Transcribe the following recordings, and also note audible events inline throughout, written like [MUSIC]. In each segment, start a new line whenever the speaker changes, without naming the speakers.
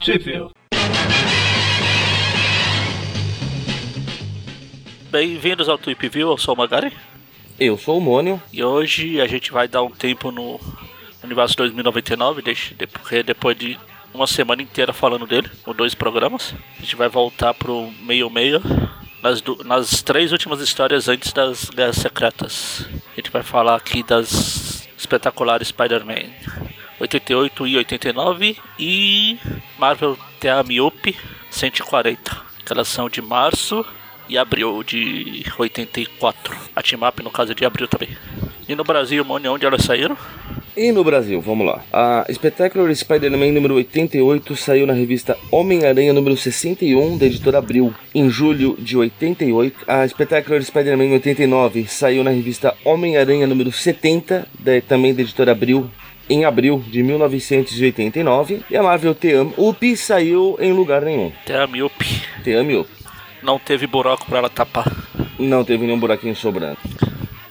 Sheffield.
Bem-vindos ao Tweep View, eu sou o Magari
Eu sou o Mônio.
e hoje a gente vai dar um tempo no Universo 2099, deixa- de- porque depois de uma semana inteira falando dele, com dois programas, a gente vai voltar pro meio-meio nas, du- nas três últimas histórias antes das Guerras Secretas. A gente vai falar aqui das espetaculares Spider-Man 88 e 89 e Marvel Terra Miope 140, que elas são de março e abril de 84. A Timap, no caso, é de abril também. E no Brasil, mano, onde elas saíram?
E no Brasil, vamos lá. A Spectacular Spider-Man número 88 saiu na revista Homem-Aranha número 61 da editora Abril. Em julho de 88, a Spectacular Spider-Man 89 saiu na revista Homem-Aranha número 70, da, também da editora Abril. Em abril de 1989, e a Marvel Team UP saiu em lugar nenhum.
Até a Miope.
Team UP.
Não teve buraco pra ela tapar.
Não teve nenhum buraquinho sobrando.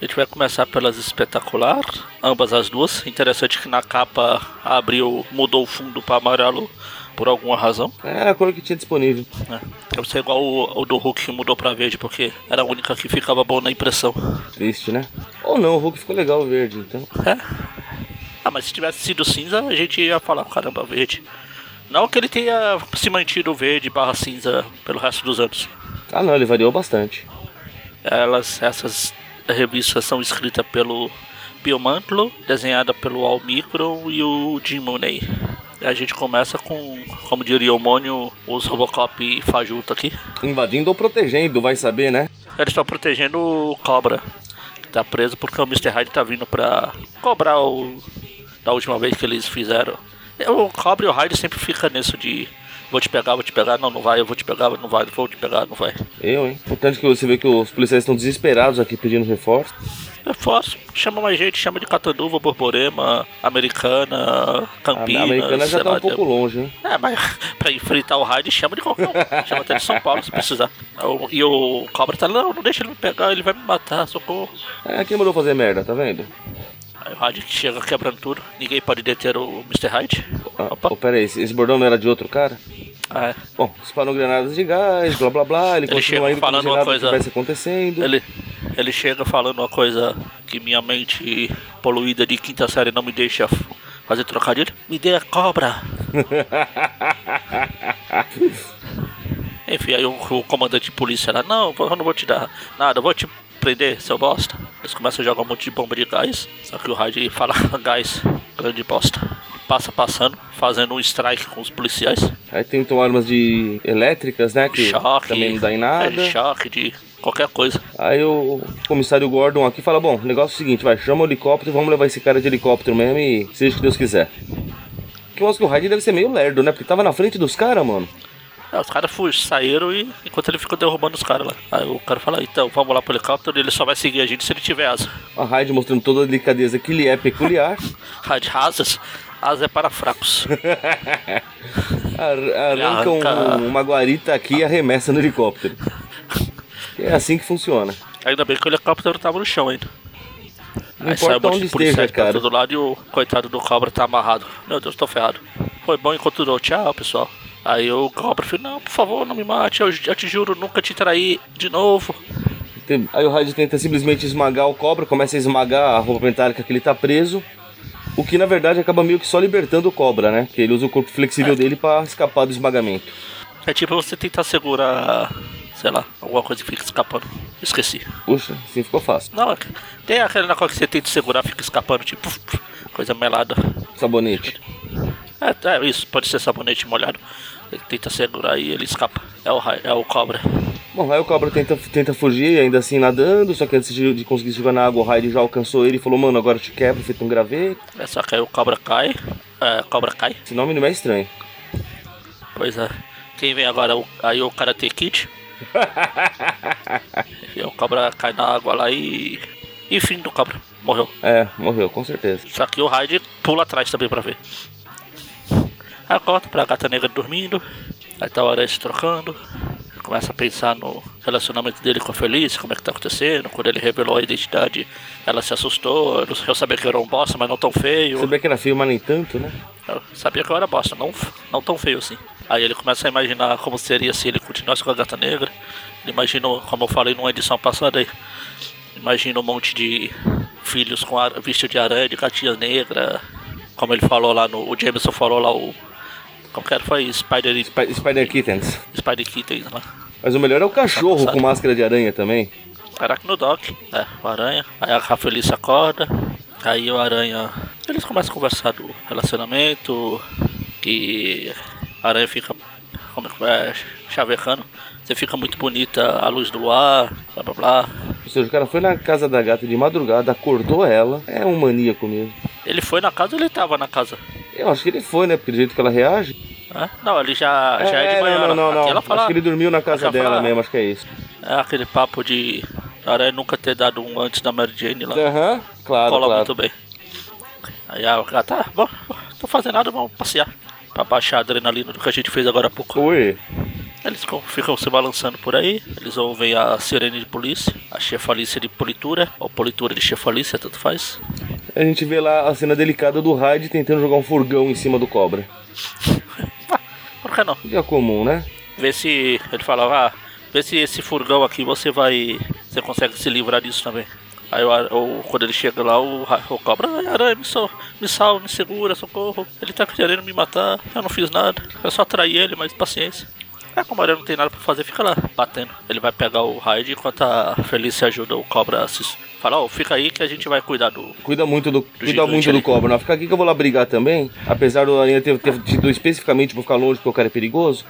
A gente vai começar pelas espetacular, ambas as duas. Interessante que na capa a abril mudou o fundo pra amarelo por alguma razão.
Era a cor que tinha disponível.
Né? Deve ser igual o, o do Hulk que mudou pra verde, porque era a única que ficava boa na impressão.
Triste, né? Ou não, o Hulk ficou legal verde, então.
É. Ah, mas se tivesse sido cinza, a gente ia falar, caramba, verde. Não que ele tenha se mantido verde barra cinza pelo resto dos anos.
Ah não, ele variou bastante.
Elas, essas revistas são escritas pelo Bill Mantlo, desenhada pelo Al Micron e o Jim Mooney. E A gente começa com, como diria o Mônio, os Robocop e Fajuta aqui.
Invadindo ou protegendo, vai saber, né?
Eles estão protegendo o Cobra, que tá preso porque o Mr. Hyde tá vindo pra cobrar o. da última vez que eles fizeram. É, O Cobra e o Hyde sempre fica nisso de vou te pegar, vou te pegar, não, não vai, eu vou te pegar, não vai, vou te pegar, não vai.
Eu, hein? O tanto que você vê que os policiais estão desesperados aqui pedindo reforço.
É fácil, chama mais gente, chama de Catanduva, Borborema, Americana,
A,
Campinas,
a americana já
sei
tá
lá,
um pouco longe, hein?
É, mas [LAUGHS] pra enfrentar o Hyde, chama de qualquer um. Chama até de São Paulo se precisar. É, O- E o Cobra tá, não, não deixa ele me pegar, ele vai me matar, socorro.
É, quem mandou fazer merda, tá vendo?
Aí o Hyde chega quebrando tudo, ninguém pode deter o Mr. Hyde.
Ah,
Opa,
oh, pera aí, esse, esse bordão não era de outro cara?
Ah, é.
Bom, disparam granadas de gás, blá blá blá, ele,
Ele chegou
continua indo como
falando
se
uma
nada
coisa-
estivesse acontecendo.
ele, ele chega falando uma coisa que minha mente poluída de quinta série não me deixa f- fazer trocadilho. Me dê a cobra! Enfim, aí o, o comandante de polícia lá, não, eu não vou te dar nada, eu vou te prender, seu bosta. Eles começam a jogar um monte de bomba de gás, só que o Hyde fala [LAUGHS] gás, grande bosta. Passa passando, fazendo um strike com os policiais.
Aí tentam armas de elétricas, né? Que
choque.
também não dá em nada.
É, de choque, de qualquer coisa.
Aí o comissário Gordon aqui fala, bom, o negócio é o seguinte, vai, chama o helicóptero e vamos levar esse cara de helicóptero mesmo e seja o que Deus quiser. Que mostra que o Hyde deve ser meio lerdo, né? Porque tava na frente dos caras, mano.
Ah, os caras fugiram, saíram e enquanto ele ficou derrubando os caras lá. Aí o cara fala, então vamos lá pro helicóptero, ele só vai seguir a gente se ele tiver asa.
A Hyde mostrando toda a delicadeza que lhe é peculiar.
Rádio asas, asa é para
[LAUGHS]
fracos.
Ar- arranca
Arranca.
um- uma guarita aqui e arremessa no helicóptero. É assim que funciona.
Ainda bem que o helicóptero tava no chão ainda. um
Não importa onde esteja,
pra
cara.
todo lado e o coitado do cobra tá amarrado. Meu Deus, tô ferrado. Foi bom enquanto durou. Tchau, pessoal. Aí o cobra falou, não, por favor, não me mate, eu, eu te juro, nunca te traí de novo.
Tem- Aí o Hyde tenta simplesmente esmagar o cobra, começa a esmagar a roupa metálica que ele tá preso. O que na verdade acaba meio que só libertando o cobra, né? Porque ele usa o corpo flexível dele pra escapar do esmagamento.
É tipo você tentar segurar, sei lá, alguma coisa que fica escapando. Esqueci.
Puxa, assim ficou fácil.
Não, é que- tem aquela coisa que você tenta segurar, fica escapando, tipo, puf, puf, coisa melada.
Sabonete.
É, é isso, pode ser sabonete molhado. Ele tenta segurar e ele escapa. É o, ra- é o cobra.
Bom, aí o cobra tenta, tenta fugir, ainda assim nadando, só que antes de, de conseguir chegar na água, o Hyde já alcançou ele e falou: Mano, agora eu te quebro, feito um graveto.
É só que aí o cobra cai. É, cobra cai.
Esse nome não é estranho.
Pois é. Quem vem agora? é o- Aí o cara tem kit. e o cobra cai na água lá e. E fim do cobra. Morreu.
É, morreu, com certeza.
Só que o Hyde pula atrás também pra ver. Acorda pra gata negra dormindo. Aí tá o Aranha se trocando. Começa a pensar no relacionamento dele com a Felice, como é que tá acontecendo. Quando ele revelou a identidade, ela se assustou. Eu não- Eu sabia que eu era um bosta, mas não tão feio.
Sabia que era feio, mas nem tanto, né?
Eu sabia que eu era bosta, não, não tão feio assim. Aí ele começa a imaginar como seria se ele continuasse com a Gata Negra. Ele imagina, como eu falei numa edição passada aí, imagina um monte de filhos com ar, vestido de aranha, de catinha negra. Como ele falou lá no. O Jameson falou lá o. Como que era? Foi Spider.
Sp- Spider Kittens.
Spider né? Kittens lá.
Mas o melhor é o cachorro
Tá
com
passado.
máscara de aranha também.
Aracnodoc, né? O aranha. Aí a Rafaelice acorda. Aí o aranha. Eles começam a conversar do relacionamento. Que a aranha fica. Como é que é? Chavecando. Você fica muito bonita à luz do luar. Blá blá blá.
Ou seja, o cara foi na casa da gata de madrugada, acordou ela. É um maníaco mesmo.
Ele foi na casa ou ele tava na casa?
Eu acho que ele foi, né? Porque do jeito que ela reage.
Hã? Não, ele já, já é,
É,
de manhã.
não,
né?
não, não,
Aqui
não.
ela fala-
Acho que ele dormiu na casa
aqui ela
dela
fala-
mesmo, acho que é isso.
É aquele papo de a aranha nunca ter dado um antes da Mary Jane lá.
Aham, claro,
Cola
claro.
muito bem. Aí a gata, ah, bom, tô fazendo nada, vamos passear. Pra baixar a adrenalina do que a gente fez agora há pouco.
Ui,
Eles ficam- ficam se balançando por aí, eles ouvem a sirene de polícia, a chefalícia de politura, ou politura de chefalícia, tanto faz.
a gente vê lá a cena delicada do Hyde tentando jogar um furgão em cima do cobra.
Ah, por que não?
Dia comum, né?
Vê se. Ele falava, ah, vê se esse furgão aqui você vai. Você consegue se livrar disso também. Aí o, ar- o- quando ele chega lá, o, ra- o cobra, "Ai, aranha, me, sal, me salve, me segura, socorro. Ele tá querendo me matar, eu não fiz nada, eu só traí ele, mas paciência. É, como a aranha não tem nada pra fazer, fica lá batendo. Ele vai pegar o Raid enquanto a Felícia ajuda o cobra a se. Fala, ó, fica aí que a gente vai cuidar do.
Cuida muito do, cuida
gigante
muito
ali.
do cobra. Não fica aqui que eu vou lá brigar também. Apesar do Aranha ter, ter tido especificamente pra ficar longe porque o cara é perigoso.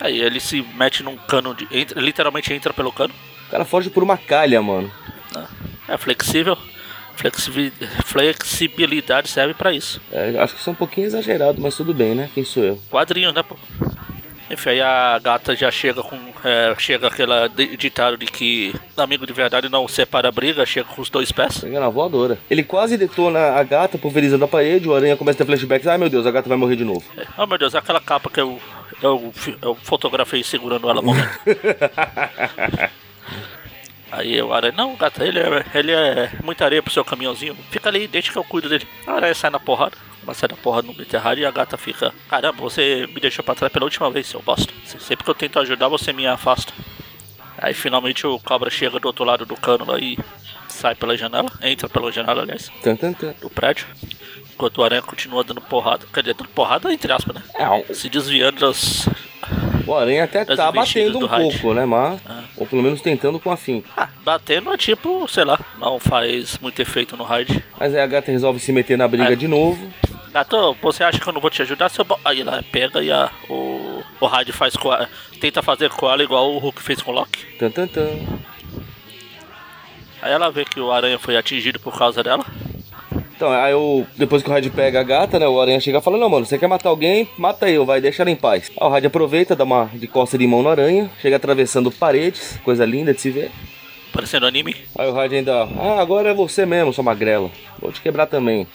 Aí ele se mete num cano de. entra- literalmente entra pelo cano.
O cara foge por uma calha, mano.
É flexível. Flexibi- Flexibilidade serve pra isso.
É, acho que isso é um pouquinho exagerado, mas tudo bem, né? Quem sou eu?
Quadrinhos, né, pô? Enfim, aí a gata já chega com. é, chega aquela di- ditado de que amigo de verdade não separa briga, chega com os dois pés.
Chega na voadora. Ele quase detona a gata, pulverizando a parede. O aranha começa a ter flashbacks. Ai meu Deus, a gata vai morrer de novo.
É, Oh meu Deus, aquela capa que eu, eu, fi- eu fotografei segurando ela no momento. Aí o aranha, não, gata, ele é, ele é muita areia pro seu caminhãozinho. Fica ali, deixa que eu cuido dele. A aranha sai na porrada, começa a sair na porrada no beterrado e a gata fica: Caramba, você me deixou pra trás pela última vez, seu bosta. Se- Sempre que eu tento ajudar, você me afasta. Aí finalmente o cobra chega do outro lado do cano lá e sai pela janela, entra pela janela, aliás,
Tan, tan, tan.
do prédio. Enquanto o aranha continua dando porrada, quer dizer, dando porrada entre aspas, né?
É, um-
se desviando das.
o aranha até
Das
tá
investidas
batendo um
do Hyde.
pouco, né? Mas,
Ah.
ou pelo menos tentando com afinco.
Ah, batendo é tipo, sei lá, não faz muito efeito no raid.
Mas aí a gata resolve se meter na briga
É.
de novo.
Gato, você acha que eu não vou te ajudar? Seu bo- Aí ela pega e a, o, o raid faz com a, tenta fazer com ela igual o Hulk fez com o Loki.
Tan, tan, tan.
Aí ela vê que o aranha foi atingido por causa dela.
Então, aí eu, depois que o Raid pega a gata, né? O Aranha chega e fala: Não, mano, você quer matar alguém? Mata eu, vai, deixa ela em paz. Aí o Raid aproveita, dá uma de costa de mão no Aranha, chega atravessando paredes, coisa linda de se ver.
Parecendo anime.
Aí o Raid ainda: Ah, agora é você mesmo, sua magrela. Vou te quebrar também.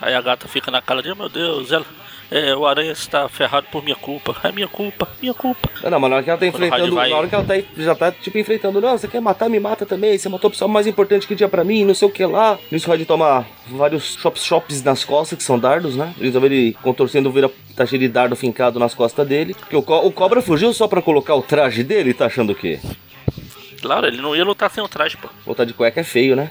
Aí a gata fica na cara de, "Oh, meu Deus, ela, é, o aranha está ferrado por minha culpa. É minha culpa, minha culpa.
Não, não, mas na hora que ela tá
Quando o Raid
enfrentando,
vai-
na hora que ela tá, já tá, tipo, enfrentando: Não, você quer matar, me mata também. Você matou a pessoa mais importante que tinha pra mim, não sei o que lá. Nisso o Raid toma vários chops-chops nas costas, que são dardos, né? Eles vão ver ele contorcendo, vira tá cheio de dardo fincado nas costas dele. Porque o, co- o cobra fugiu só pra colocar o traje dele, tá achando o quê?
Claro, ele não ia lutar sem o traje, pô.
Voltar de cueca é feio, né?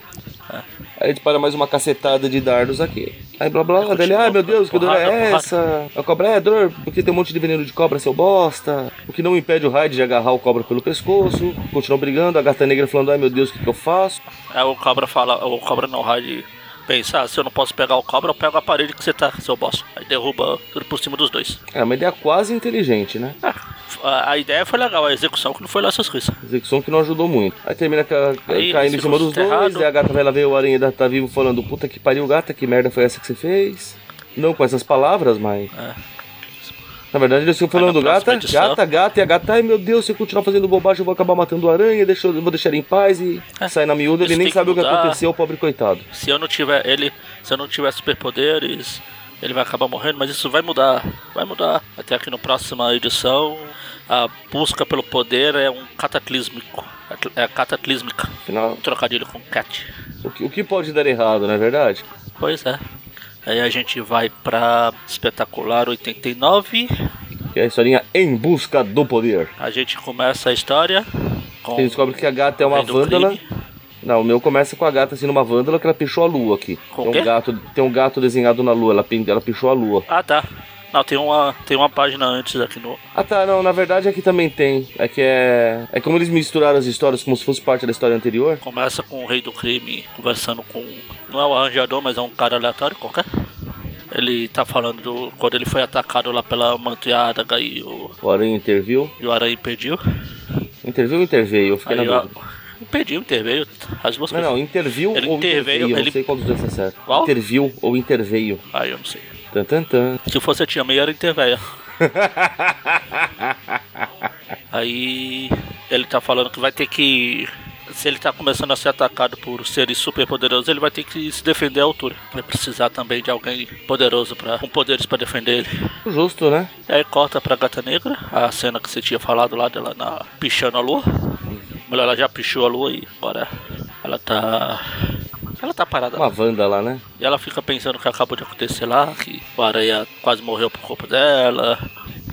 É.
Aí ele para mais uma cacetada de dardos aqui. Aí blá blá, blá dele, ai meu Deus, que dor
Porrada,
é
porrada.
essa? A cobra é dor, porque tem um monte de veneno de cobra, seu bosta. O que não impede o Hyde de agarrar o cobra pelo pescoço. Continuam brigando, a gata negra falando, ai meu Deus, o que, que eu faço?
Aí o cobra fala, o cobra não, o Raid pensa, "Ah, se eu não posso pegar o cobra, eu pego a parede que você tá, seu bosta. Aí derruba tudo por cima dos dois.
É uma ideia quase inteligente, né?
Ah, a- a ideia foi legal, a execução que não foi lá essas coisas.
Execução que não ajudou muito. Aí termina ca- ca-
Aí,
caindo em cima
ficou
dos dois,
soterrado.
e a gata vai lá ver o aranha ainda tá vivo falando, puta que pariu gata, que merda foi essa que você fez? Não com essas palavras, mas.
É.
Na verdade, eles ficam
Aí na
falando gata,
próxima edição-
gata, gata e a gata. Ai meu Deus, se eu continuar fazendo bobagem, eu vou acabar matando o aranha, deixa, eu vou deixar ele em paz e
É.
sai na miúda, ele
Isso
nem
tem que
sabe o que
mudar.
aconteceu, pobre coitado.
Se eu não tiver ele, se eu não tiver superpoderes, ele vai acabar morrendo, mas isso vai mudar, vai mudar. Até que na próxima edição, a busca pelo poder é um cataclísmico, é cataclísmica.
Afinal,
Um trocadilho com cat.
o que, o que pode dar errado, não é verdade?
Pois é. Aí a gente vai pra espetacular 89.
Que que é a historinha Em Busca do Poder.
A gente começa a história com.
Ele descobre que a gata é uma
Rei do
vândala.
crime.
Não, o meu começa com a gata assim numa vândala que ela pichou a lua aqui.
Com o
tem,
quê?
um gato, tem um gato desenhado na lua, ela, pin- ela pichou a lua.
Ah, tá. Não, tem uma, tem uma página antes aqui no.
Ah tá, não, na verdade aqui também tem. É que é. É como eles misturaram as histórias como se fosse parte da história anterior.
Começa com o rei do crime conversando com. Não é o arranjador, mas é um cara aleatório qualquer. Ele tá falando do. Quando ele foi atacado lá pela manteada e o,
O Aranha interviu.
e o Aranha impediu.
Interviu ou interveio? Eu fiquei
Aí
na
o,
dúvida.
impediu, interveio. As duas
Não,
coisas.
não, interviu
Ele
ou
interveio,
interveio.
ele-
Não sei qual dos dois tá certo.
Qual?
Interviu ou interveio.
Aí eu não sei.
Tan, tan, tan.
Se fosse a tia May, era interveia. Aí ele tá falando que vai ter que. Se ele tá começando a ser atacado por seres super poderosos, ele vai ter que se defender à altura. Vai precisar também de alguém poderoso pra, com poderes pra defender ele.
Justo, né?
E aí corta pra gata negra, a cena que você tinha falado lá dela na, pichando a lua. Melhor, ela já pichou a lua e agora ela tá. Ela tá parada.
Uma vanda lá, né?
E ela fica pensando o que acabou de acontecer lá, que o Aranha quase morreu por culpa dela,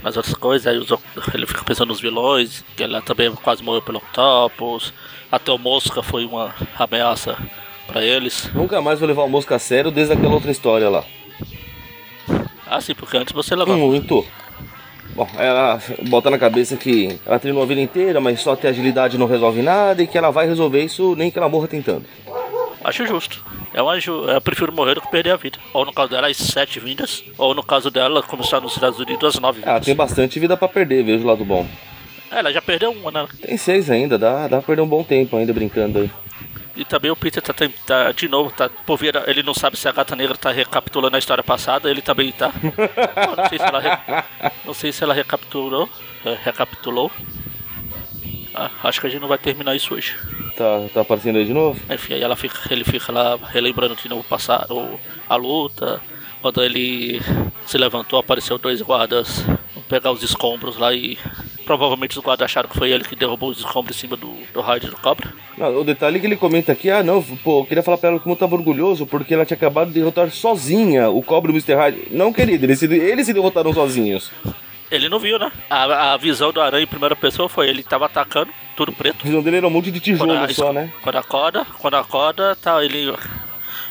nas outras coisas, aí os oc- ele fica pensando nos vilões, que ela também quase morreu pelo Octopus, até o Mosca foi uma ameaça pra eles.
Nunca mais vou levar o mosca a sério desde aquela outra história lá.
Ah sim, porque antes você levava.
Muito. Bom, ela bota na cabeça que ela treinou a vida inteira, mas só ter agilidade não resolve nada e que ela vai resolver isso nem que ela morra tentando.
Acho justo. É um anjo, eu prefiro morrer do que perder a vida. Ou no caso dela, as sete vindas, ou no caso dela, como está nos Estados Unidos, as nove
Ela
vindas.
Ah, tem bastante vida pra perder, vejo o lado bom.
Ela já perdeu uma, né?
Tem seis ainda, dá, dá pra perder um bom tempo ainda brincando aí.
E também o Peter tá, tem- tá- de novo, tá, por vir, ele não sabe se a gata negra tá recapitulando a história passada, ele também tá. Bom, não, sei se ela, re- não sei se ela recapitulou. é, recapitulou. Ah, acho que a gente não vai terminar isso hoje.
Tá, tá aparecendo aí de novo?
Enfim, aí ela fica, ele fica lá relembrando de novo passar o- a luta. Quando ele se levantou, apareceu dois guardas um pegar os escombros lá e provavelmente os guardas acharam que foi ele que derrubou os escombros em cima do, do raio do cobra.
Não, o detalhe que ele comenta aqui, ah não, pô, eu queria falar pra ela como eu tava orgulhoso, porque ela tinha acabado de derrotar sozinha o cobre do Mr. Hyde. Não, querido, eles se, eles se derrotaram sozinhos.
Ele não viu, né? A, a visão do aranha em primeira pessoa foi ele tava atacando, tudo
A
preto.
visão dele era um monte de tijolo só, né?
quando acorda, quando acorda, tá ele um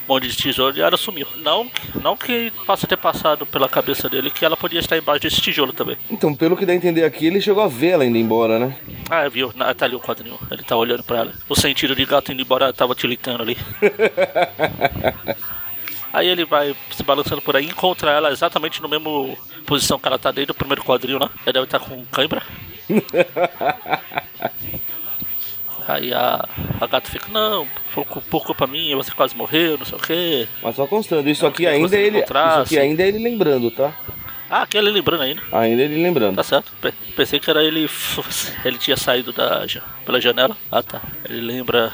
monte de tijolo e a aranha sumiu. Não, não que possa ter passado pela cabeça dele que ela podia estar embaixo desse tijolo também.
Então, pelo que dá a entender aqui, ele chegou a ver ela indo embora, né?
Ah, viu? Na- Tá ali o quadrinho. Ele tá olhando pra ela. O sentido de gato indo embora tava tilitando ali. Aí ele vai se balançando por aí, encontra ela exatamente no mesmo posição que ela tá desde o primeiro quadril, né? Ela deve estar com cãibra. Aí a, a gata fica, não, por, cu- por culpa minha, você quase morreu, não sei o quê.
Mas só constando, isso aqui
queria que
ainda
você assim-
é ele.
encontrasse.
Isso aqui ainda é ele lembrando, tá?
Ah, aquele lembrando ainda.
Ainda é ele lembrando.
Tá certo. Pe- Pensei que era ele. f- [LAUGHS] Ele tinha saído da, ja- pela janela. Ah tá. Ele lembra.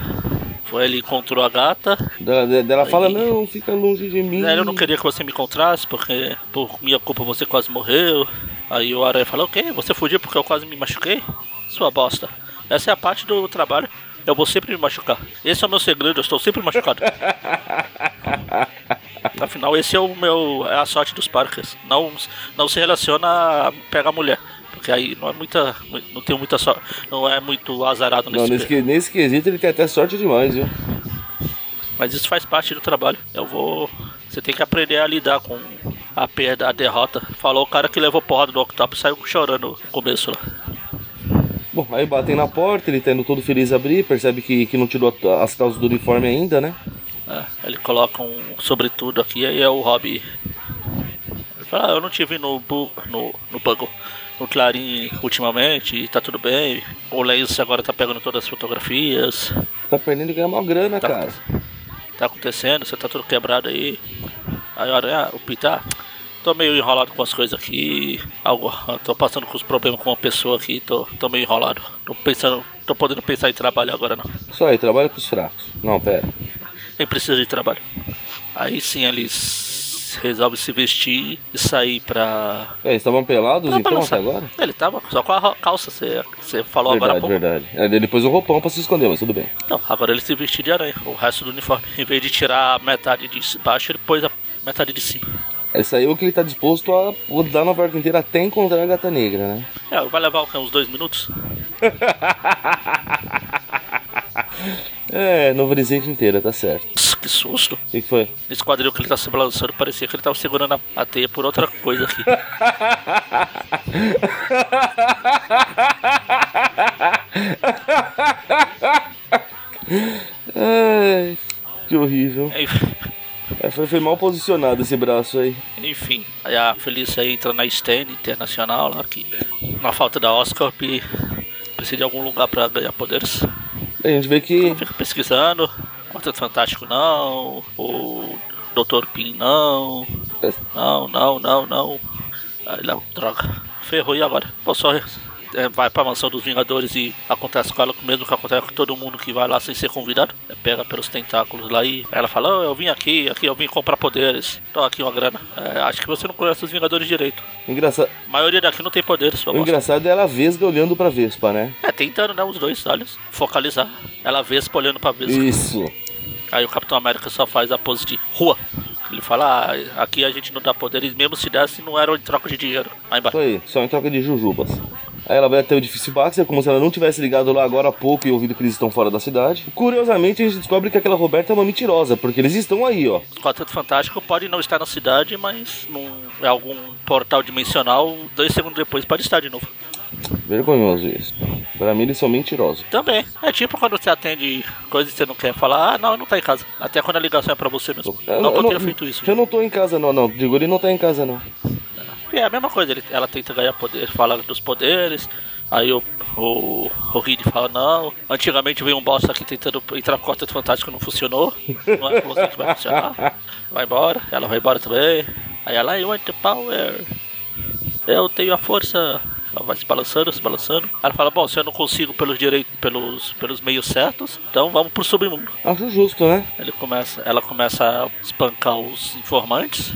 Foi ele encontrou a gata.
Dela, de- dela fala,
Aí.
não, fica longe de mim.
Aí Né, eu não queria que você me encontrasse, porque por minha culpa você quase morreu. Aí o Aranha fala, ok, você fugiu porque eu quase me machuquei? Sua bosta. Essa é a parte do trabalho. Eu vou sempre me machucar. Esse é o meu segredo, eu estou sempre
[LAUGHS]
machucado. Afinal, esse é o meu. é a sorte dos Parkers. Não, não se relaciona a pegar mulher. Porque aí não é muita. Não tem muita sorte. Não é muito azarado
Não,
nesse,
nesse, que- nesse quesito ele tem até sorte demais, viu?
Mas isso faz parte do trabalho. Eu vou. Você tem que aprender a lidar com a perda, a derrota. Falou o cara que levou porrada do Octopus e saiu chorando no começo lá.
Bom, aí batem na porta, ele tá indo todo feliz abrir, percebe que, que não tirou a- as calças do uniforme ainda, né?
É, ele coloca um sobretudo aqui, aí é o Rob. Ele fala, ah, eu não tive no bu, no, no Bugle, no Clarim ultimamente, e tá tudo bem. O Lens agora tá pegando todas as fotografias.
Tá perdendo e ganha mal grana,
Tá.
cara.
Tá acontecendo, você tá tudo quebrado aí. Aí olha, ah, o Pitar, tô meio enrolado com as coisas aqui. Algo, ah, tô passando com os problemas com uma pessoa aqui, tô, tô meio enrolado. Tô pensando, tô podendo pensar em trabalho agora não.
Só aí, trabalha pros fracos. Não, pera.
Nem precisa de trabalho. Aí sim eles resolvem se vestir e sair pra.
É, eles estavam pelados
pra
então
balançar.
até agora?
Ele tava só com a ro- calça, você, você falou agora há
Verdade,
pouco.
verdade. É, depois o roupão pra se esconder, mas tudo bem.
Não, agora ele se vestiu de aranha, o resto do uniforme. Em vez de tirar a metade de baixo, ele pôs a metade de cima.
Essa aí é o que ele tá disposto a rodar Nova York inteira até encontrar a Gata Negra, né?
É, vai levar o quê? uns dois minutos?
É, Novo Horizonte inteira, tá certo.
Que susto.
O que que foi?
Esse quadril que ele tá se balançando parecia que ele tava segurando a- a teia por outra coisa aqui.
Ai, que horrível.
Enfim.
É, foi, foi mal posicionado esse braço aí.
Enfim, aí a Felícia entra na stand internacional lá, que na falta da Oscar, que precisa de algum lugar pra ganhar poderes.
A gente vê que.
Fica pesquisando, Quarteto Fantástico não, o Dr. Pin não,
é,
não, não, não, não. Aí lá, droga, ferrou e agora? Pô, só é, vai pra mansão dos Vingadores e acontece com ela o mesmo que acontece com todo mundo que vai lá sem ser convidado. É, pega pelos tentáculos lá e ela fala, "Ah, eu vim aqui, aqui eu vim comprar poderes, toma aqui uma grana. É, acho que você não conhece os Vingadores direito.
Engraçado.
A maioria daqui não tem poderes, sua
O
bosta.
engraçado é ela vesga olhando pra Vespa, né?
É, tentando, né, os dois olhos, focalizar. Ela vê olhando pra vez.
Isso.
Aí o Capitão América só faz a pose de rua. Ele fala, ah, aqui a gente não dá poderes, mesmo se desse, não era em troca de dinheiro. Aí embaixo.
Isso aí, só em troca de jujubas. Aí ela vai até o edifício Baxter, como se ela não tivesse ligado lá agora há pouco e ouvido que eles estão fora da cidade. Curiosamente, a gente descobre que aquela Roberta é uma mentirosa, porque eles estão aí, ó.
O Quarteto Fantástico pode não estar na cidade, mas num, em algum portal dimensional, dois segundos depois pode estar de novo.
Vergonhoso isso. Pra mim, eles são mentirosos.
Também. É tipo quando você atende coisas que você não quer falar, ah, não, não tá em casa. Até quando a ligação é pra você mesmo.
Eu
não que eu
eu
tenha feito isso.
Eu não tô em casa, não, não. Digo, ele não tá em casa, não.
É a mesma coisa, ele- ela tenta ganhar poder, fala dos poderes, aí o, o, o Reed fala não. Antigamente veio um bosta aqui tentando entrar pro Quarteto Fantástico, não funcionou. Não é com você que vai funcionar. Vai embora, ela vai embora também. Aí ela, I want the power. Eu tenho a força. Ela vai se balançando, se balançando. Ela fala, bom, se eu não consigo pelos direitos, pelos, pelos meios certos, então vamos pro submundo.
Acho justo, né?
Ele começa, ela começa a espancar os informantes.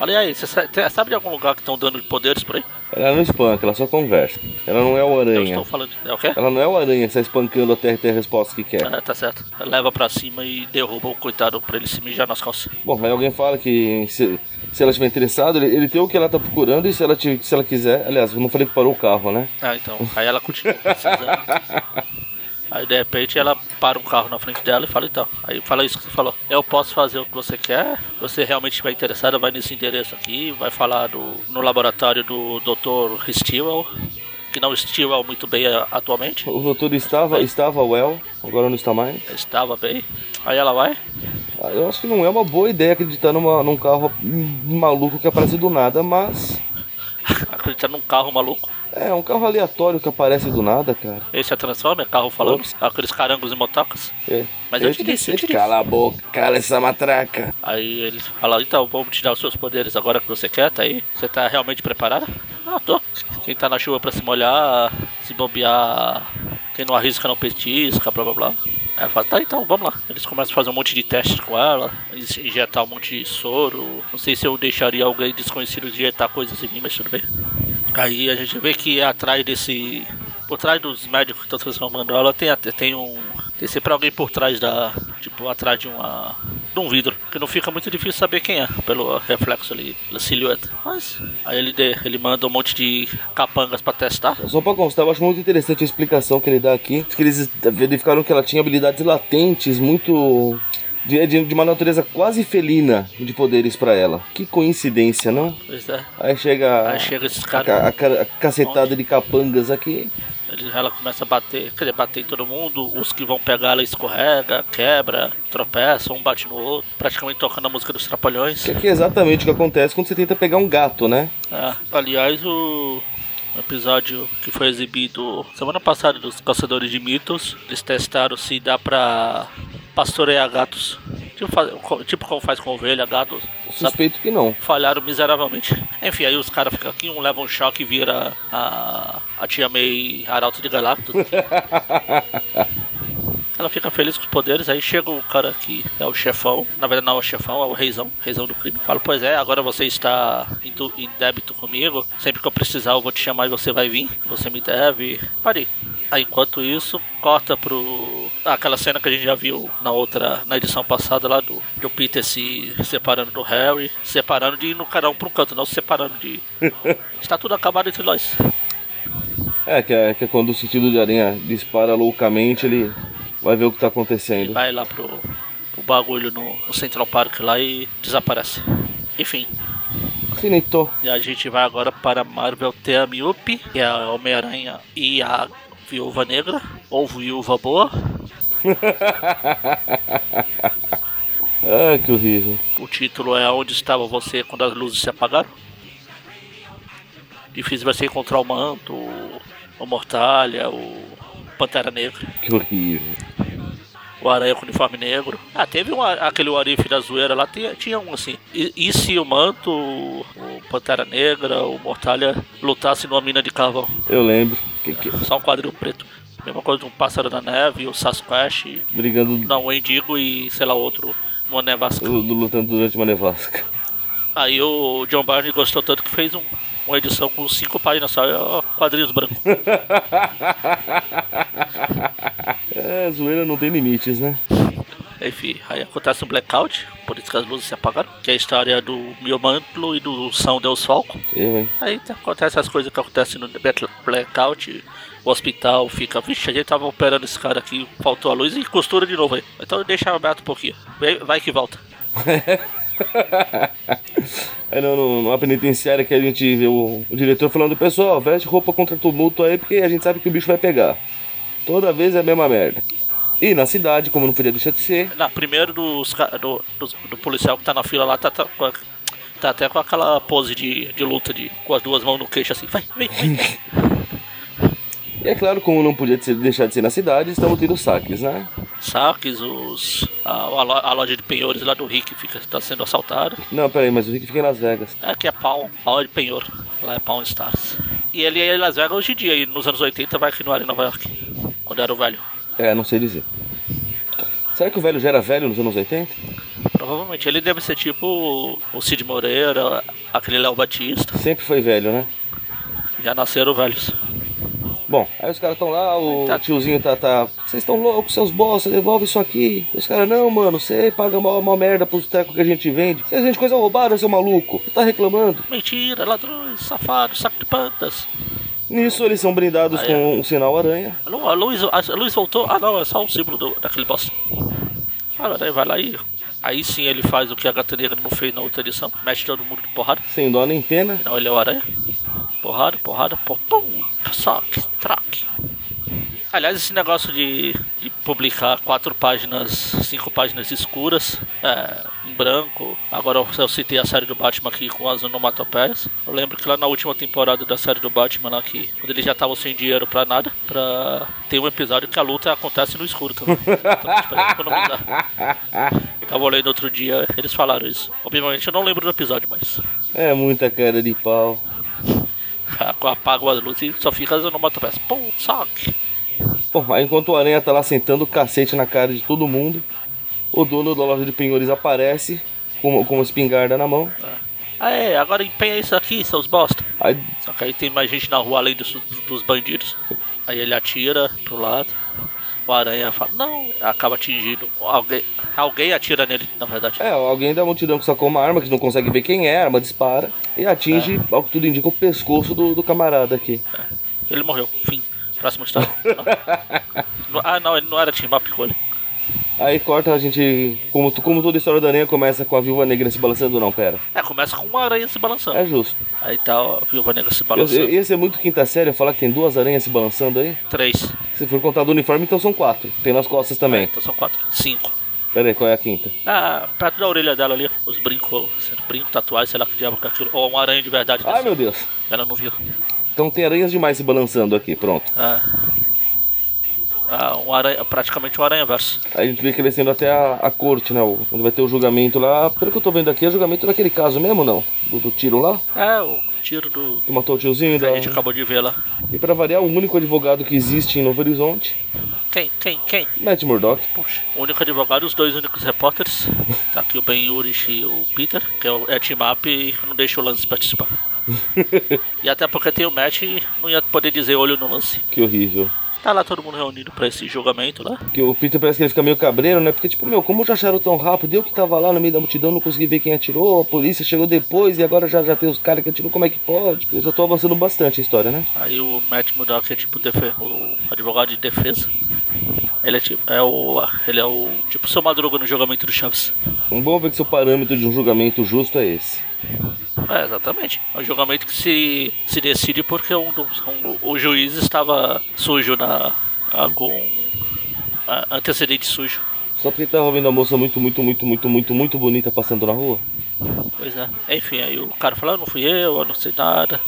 Olha e aí, você sa- te- sabe de algum lugar que estão dando poderes por aí?
Ela não espanca, ela só conversa. Ela não é o
Eu
aranha.
estou falando. É o quê?
Ela não é o aranha que está espancando até ter a resposta que quer.
Ah, tá certo. Leva pra cima e derruba o coitado pra ele se mijar nas calças.
Bom, aí alguém fala que se, se ela estiver interessada, ele, ele tem o que ela tá procurando e se ela, te- se ela quiser. Aliás, eu não falei que parou o carro, né?
Ah, então. Aí ela continua precisando. Aí de repente ela para um carro na frente dela e fala então. Aí fala isso que você falou. Eu posso fazer o que você quer. Se Você realmente estiver interessada, vai nesse endereço aqui, vai falar do- no laboratório do Dr. Stilwell, que não Stilwell muito bem eh, atualmente.
O doutor estava, estava well, agora não está mais.
Estava bem. Aí ela vai.
Ah, Eu acho que não é uma boa ideia acreditar numa, num carro hum, maluco que aparece do nada, mas.
Acredita num carro maluco.
É, um carro aleatório que aparece do nada, cara.
Esse é Transformer, carro falando. Aqueles carangos e motocas.
É.
Mas eu te disse, eu te disse.
Cala a boca, cala essa matraca.
Aí eles falam, então vamos te dar os seus poderes agora que você quer, tá aí? Você tá realmente preparada? Ah, tô. Quem tá na chuva pra se molhar, se bobear, quem não arrisca não petisca, blá blá blá. Aí ela fala, tá então, vamos lá. Eles começam a fazer um monte de testes com ela, eles injetar um monte de soro. Não sei se eu deixaria alguém desconhecido injetar coisas em mim, mas tudo bem. Aí a gente vê que é atrás desse. Por trás dos médicos que estão transformando ela, tem, até- tem um. Tem sempre alguém por trás da. Tipo, atrás de uma. De um vidro. Que não fica muito difícil saber quem é, pelo reflexo ali, pela silhueta. Mas. Aí ele, dê- ele manda um monte de capangas pra testar.
Só pra constar, eu acho muito interessante a explicação que ele dá aqui. Que eles verificaram que ela tinha habilidades latentes, muito. de, de- de uma natureza quase felina de poderes pra ela. Que coincidência, não?
Pois é.
Aí chega.
Aí chega esses
a,
caras.
ca- a ca- a cacetada de capangas aqui.
Ele- Ela começa a bater, quer dizer, bater em todo mundo, os que vão pegar ela escorrega, quebra, tropeça, um bate no outro, praticamente tocando a música dos trapalhões.
Que é que é exatamente o que acontece quando você tenta pegar um gato, né?
É, aliás, o episódio que foi exibido semana passada dos Caçadores de Mitos, eles testaram se dá pra pastorear gatos. Tipo, faz- co- tipo como faz com ovelha, gato. sabe?
Suspeito que não.
Falharam miseravelmente. Enfim, aí os caras ficam aqui, um leva um choque e vira a, a tia May Arauto de Galactus. Ela fica feliz com os poderes, aí chega o cara que é o chefão, na verdade não é o chefão, é o reizão, reizão do crime. Fala, pois é, agora você está em, du- em débito comigo, sempre que eu precisar eu vou te chamar e você vai vir, você me deve. Pare. Aí, enquanto isso, corta pro. aquela cena que a gente já viu na outra, na edição passada lá do, do Peter se separando do Harry, separando de ir no cada um pra um canto, não se separando de. Está tudo acabado entre nós.
É, que é, que é quando o sentido de aranha dispara loucamente, ele vai ver o que tá
Ele
acontecendo.
vai lá pro, pro bagulho no, no Central Park lá e desaparece. Enfim,
Finito.
e a gente vai agora para Marvel Team Up, que é a Homem-Aranha e a Viúva Negra, ou Viúva Boa.
Ah, que horrível.
O título é Onde Estava Você Quando as Luzes Se Apagaram. Difícil vai ser encontrar o Manto, o- o Mortalha, o Pantera Negra,
Que horrível.
o Aranha com Uniforme Negro. Ah, teve um, a- aquele Warif da zoeira lá, tinha, tinha um assim. E, e se o Manto, o Pantera Negra, o Mortalha lutassem numa mina de carvão?
Eu lembro. Que, que-
Só um quadril preto. Mesma coisa de um Pássaro na Neve, o Sasquatch,
brigando,
não, o Indigo e sei lá outro, uma nevasca.
lu- lutando durante uma nevasca.
Aí o John Barney gostou tanto que fez um- uma edição com cinco páginas só, ó, quadrinhos brancos. [LAUGHS]
É, zoeira não tem limites, né?
Enfim, aí acontece um blackout, por isso que as luzes se apagaram, que é a história do Mio Mantlo e do São Deus Falco.
Eu, hein? [LAUGHS]
Aí tá- acontece as coisas que acontecem no black- blackout, o hospital fica, vixe, a gente tava operando esse cara aqui, faltou a luz e costura de novo aí. Então deixa aberto um pouquinho, vai, vai que volta.
Aí não, no- numa penitenciária que a gente vê o, o diretor falando, pessoal, veste roupa contra tumulto aí, porque a gente sabe que o bicho vai pegar. Toda vez é a mesma merda. E na cidade, como não podia deixar de ser,
Não, primeiro dos, ca- do, dos- do policial que tá na fila lá, tá, tá, com a- tá até com aquela pose de, de luta de, com as duas mãos no queixo assim, vai, vem, vem.
e é claro, como não podia de ser- deixar de ser na cidade, estamos tendo saques, né?
Saques, os, a, a lo- a loja de penhores lá do Rick fica, tá sendo assaltada.
Não, peraí, mas o Rick fica em Las Vegas.
É que é pau, pau de penhor, lá é pau Stars. E ele é em Las Vegas hoje em dia, e nos anos 80 vai aqui no ar em Nova York, quando era o velho.
É, não sei dizer. Será que o velho já era velho nos anos 80?
Provavelmente ele deve ser tipo o Cid Moreira, aquele Léo Batista,
Sempre foi velho, né?
já nasceram velhos.
Bom, aí os caras estão lá, o
Tá.
tiozinho tá, tá. Vocês estão loucos, seus bosta, devolve isso aqui. Os caras, não, mano, você paga mó, mó merda pros tecos que a gente vende. Vocês vendem coisa roubada, seu maluco. Você tá reclamando?
Mentira, ladrões, safados, saco de pantas.
Nisso eles são brindados
Aí,
com um sinal aranha.
Alô, a luz, a luz voltou? Ah não, é só o símbolo do- daquele bosta. Fala, né? Vai lá e. Aí sim ele faz o que a gata negra não fez na outra edição. Mexe todo mundo de porrada.
Sem dó nem pena.
Não, ele é o aranha. Porrada, porrada, pô, pum, soque, traque. Aliás, esse negócio de, de publicar quatro páginas, cinco páginas escuras, é, em branco. Agora eu, eu citei a série do Batman aqui com as onomatopeias. Eu lembro que lá na última temporada da série do Batman, lá que, quando eles já estavam sem dinheiro pra nada, pra... tem um episódio que a luta acontece no escuro também. Então, tipo, pra economizar. Eu tava olhando outro dia, eles falaram isso. Obviamente eu não lembro do episódio, mas
É muita cara de pau.
[LAUGHS] Apaga as luzes e só fica as onomatopeias. Pum, saque.
Bom, aí enquanto o aranha tá lá sentando o cacete na cara de todo mundo, o dono da loja de penhores aparece com, com uma espingarda na mão.
Aê, É, agora empenha isso aqui, seus bosta.
Aí
Só que aí tem mais gente na rua além dos, dos bandidos. Aí ele atira pro lado. O aranha fala, não, acaba atingindo. Alguém, alguém atira nele, na verdade.
É, alguém da multidão que sacou uma arma, que não consegue ver quem é, a arma dispara e atinge, ao que tudo indica, o pescoço do, do camarada aqui.
É. Ele morreu. Fim. Próxima história. Não. ah, não, ele não era Tim Map com ele.
Aí corta a gente, como, como toda história da aranha começa com a viúva negra se balançando, não, pera.
É, começa com uma aranha se balançando.
É justo.
Aí tá ó, a viúva negra se
Eu,
balançando.
eu, ia ser muito quinta série falar que tem duas aranhas se balançando aí.
Três.
Se for contar do uniforme, então são quatro. Tem nas costas também.
Então são quatro. Cinco.
Pera aí, qual é a quinta?
Ah, perto da orelha dela ali, os brincos, brinco, tatuagem, sei lá que diabo que é aquilo. Ou uma aranha de verdade.
Ai
desse.
meu Deus.
Ela não viu.
Então tem aranhas demais se balançando aqui, pronto.
Ah, ah um aranha, praticamente um aranha verso.
Aí a gente vê crescendo até a, a corte, né? o- Onde vai ter o julgamento lá. Pelo que eu tô vendo aqui, é julgamento daquele caso mesmo, não? Do, do tiro lá?
É, o tiro do.
Que matou o tiozinho
que
da.
a gente acabou de ver lá.
E pra variar, o único advogado que existe em Novo Horizonte,
Quem, quem, quem?
Matt Murdock.
Puxa. O único advogado, os dois únicos repórteres. Tá aqui o Ben Urich e o Peter, que é o é team up e não deixa o lance
[LAUGHS]
participar. e até porque tem o match, não ia poder dizer olho no lance.
Que horrível.
Tá lá todo mundo reunido pra esse julgamento lá.
Que o Peter parece que ele fica meio cabreiro, né? Porque, tipo, meu, como já acharam tão rápido? Eu que tava lá no meio da multidão, não consegui ver quem atirou, a polícia chegou depois e agora já, já tem os caras que atirou, como é que pode? Eu já tô avançando bastante a história, né?
Aí o Matt Murdock é tipo defe- o advogado de defesa. Ele é tipo. É o. Ele é o. Tipo o seu madruga no julgamento do Chaves.
Um bom ver que seu parâmetro de um julgamento justo é esse.
É, exatamente. É um julgamento que se, se decide porque um, do- um- o juiz estava sujo na. a- com. a- antecedente sujo.
Só porque tava vendo a moça muito, muito, muito, muito, muito, muito bonita passando na rua.
Pois é. Enfim, aí o cara fala, "Ah, não fui eu, eu não sei nada,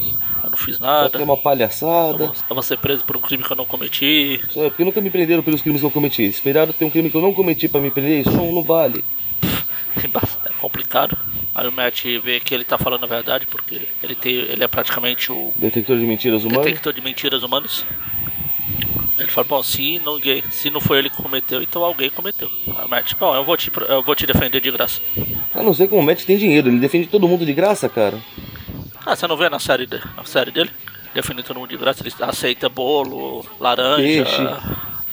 eu não fiz
Só porque é
nada.
uma
Eu
palhaçada.
vou- eu vou ser preso por um crime que eu não cometi.
Só é porque nunca me prenderam pelos crimes que eu cometi. Esperaram ter um crime que eu não cometi pra me prender, isso não, não vale.
[LAUGHS] É complicado. Aí o Matt vê que ele tá falando a verdade, porque ele, tem, ele é praticamente o
Detector de mentiras humanas.
detector de mentiras humanos. Ele fala, bom, se, ninguém, se não foi ele que cometeu, então alguém cometeu. Aí o Matt, bom, eu vou te, pro- eu vou te defender de graça.
A não ser como o Matt tem dinheiro, ele defende todo mundo de graça, cara.
Ah, você não vê na série, de, na série dele? Defender todo mundo de graça, ele aceita bolo, laranja,
Peixe.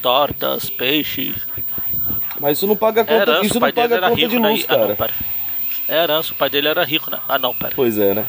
tortas, peixe.
Mas isso não paga a
É
conta,
herança,
isso
o
não
pai dele
paga
era
a conta
rico,
de
né?
luz,
Ah, não,
cara.
pera. É herança, o pai dele era rico, né? Ah, não, pera.
Pois é, né?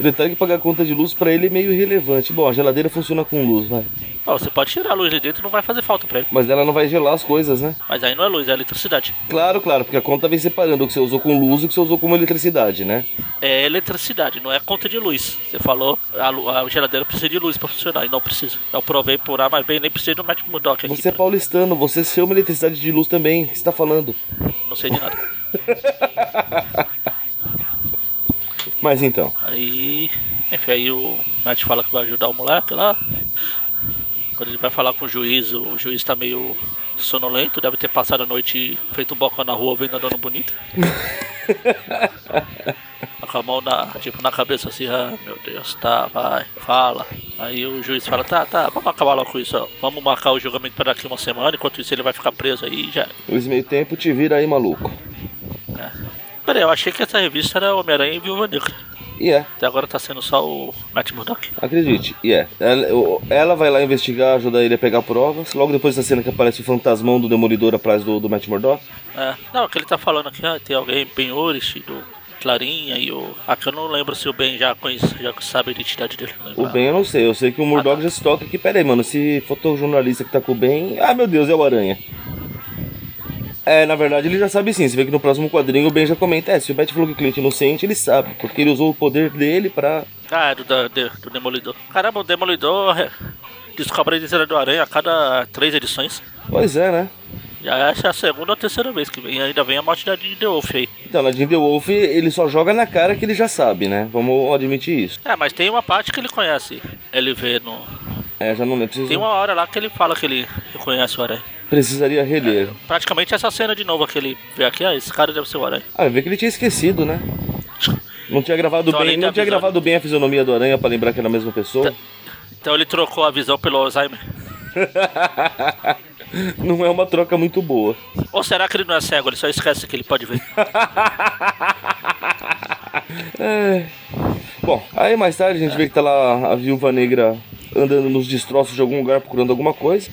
O detalhe que pagar a conta de luz pra ele é meio irrelevante. Bom, a geladeira funciona com luz, vai.
Ó, você pode tirar a luz de dentro, não vai fazer falta pra ele.
Mas ela não vai gelar as coisas, né?
Mas aí não é luz, é eletricidade.
Claro, claro, porque a conta vem separando o que você usou com luz e o que você usou como eletricidade, né?
É eletricidade, não é conta de luz. Você falou, a, lu- a geladeira precisa de luz pra funcionar, e não precisa. Eu provei por A, mas bem, nem precisei do Matt Murdock aqui.
Você é paulistano, você é uma eletricidade de luz também. O que você tá falando?
Não sei de nada.
Mas então,
Aí, enfim, aí o Matt fala que vai ajudar o moleque lá. Quando ele vai falar com o juiz, o juiz tá meio sonolento, deve ter passado a noite feito um bocão na rua vendo a dona bonita. Tá Com a mão na, tipo, na cabeça assim, ah meu Deus, tá, vai, fala. Aí o juiz fala, tá, tá, vamos acabar logo com isso, ó. vamos marcar o julgamento para daqui uma semana, enquanto isso ele vai ficar preso aí e já. era."
nesse meio tempo te vira aí, maluco.
Peraí, eu achei que essa revista era Homem-Aranha e Viúva Negra.
E é,
Até agora tá sendo só o Matt Murdock.
acredite, e é. Ela, o- ela vai lá investigar, ajudar ele a pegar provas. Logo depois da cena que aparece o fantasmão do Demolidor atrás do, do Matt Murdock.
É, não, que ele tá falando aqui, ah, tem alguém bem Urich, do Clarinha e o. Aqui eu não lembro se o Ben já conhece, já sabe a identidade dele. né? não lembro.
O Ben eu não sei, eu sei que o Murdock já se toca aqui. Pera aí, mano, esse fotojornalista que tá com o Ben. Ah, meu Deus, é o Aranha. É, na verdade ele já sabe sim. Você vê que no próximo quadrinho o Ben já comenta: é, se o Bat falou que o cliente é inocente, ele sabe, porque ele usou o poder dele pra.
Ah, é do, da- de- do Demolidor. Caramba, o Demolidor é, descobre a identidade do Aranha a cada três edições.
Pois é, né?
Já essa é a segunda ou terceira vez que vem, ainda vem a morte da Jean The Wolf aí.
Então, na Jim The Wolf, ele só joga na cara que ele já sabe, né? Vamos admitir isso.
É, mas tem uma parte que ele conhece. Ele vê no.
É, já não lembro. Preciso-
Tem uma hora lá que ele fala que ele reconhece o Aranha.
Precisaria reler.
Praticamente essa cena de novo que ele vê aqui, ah, esse cara deve ser o Aranha.
Ah, eu vi que ele tinha esquecido, né? Não tinha gravado
Então,
bem,
além
não
da
tinha
visão-
gravado bem a fisionomia do Aranha pra lembrar que era a mesma pessoa.
Então ele trocou a visão pelo Alzheimer.
não é uma troca muito boa.
Ou será que ele não é cego? Ele só esquece que ele pode ver.
É. Bom, aí mais tarde a gente vê que tá lá a viúva negra andando nos destroços de algum lugar procurando alguma coisa.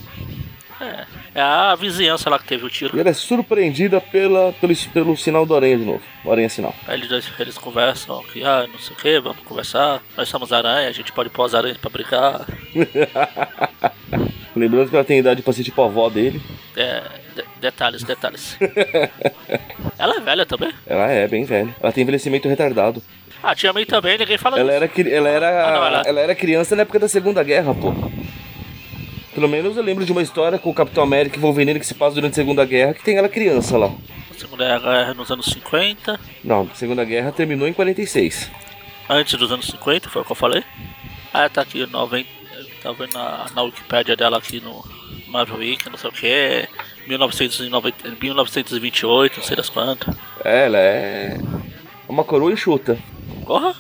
É, é a vizinhança lá que teve o tiro.
E ela é surpreendida pela, pelo, pelo sinal do aranha de novo. O aranha é sinal.
Aí eles, dois- eles conversam aqui, ah, não sei o que, vamos conversar. Nós somos aranha, a gente pode pôr as aranhas pra brigar.
Lembrando que ela tem idade pra ser tipo a avó dele.
É, de- detalhes, detalhes. Ela é velha também?
Ela é bem velha. Ela tem envelhecimento retardado.
Ah, tinha mãe também, ninguém fala
Ela
disso.
era, cri- ela era,
Ah, não, ela-
ela... era criança na época da Segunda Guerra, pô. Pelo menos eu lembro de uma história com o Capitão América e Wolverine que se passa durante a Segunda Guerra, que tem ela criança lá.
Segunda Guerra é nos anos 50,
Não, a Segunda Guerra terminou em 46.
antes dos anos 50, foi o que eu falei. Ah, tá aqui, 90, tá vendo na, na Wikipédia dela aqui no Marvel Wiki, não sei o que, 1990, 1928, não sei das quantas.
Ela é uma coroa enxuta.
Porra!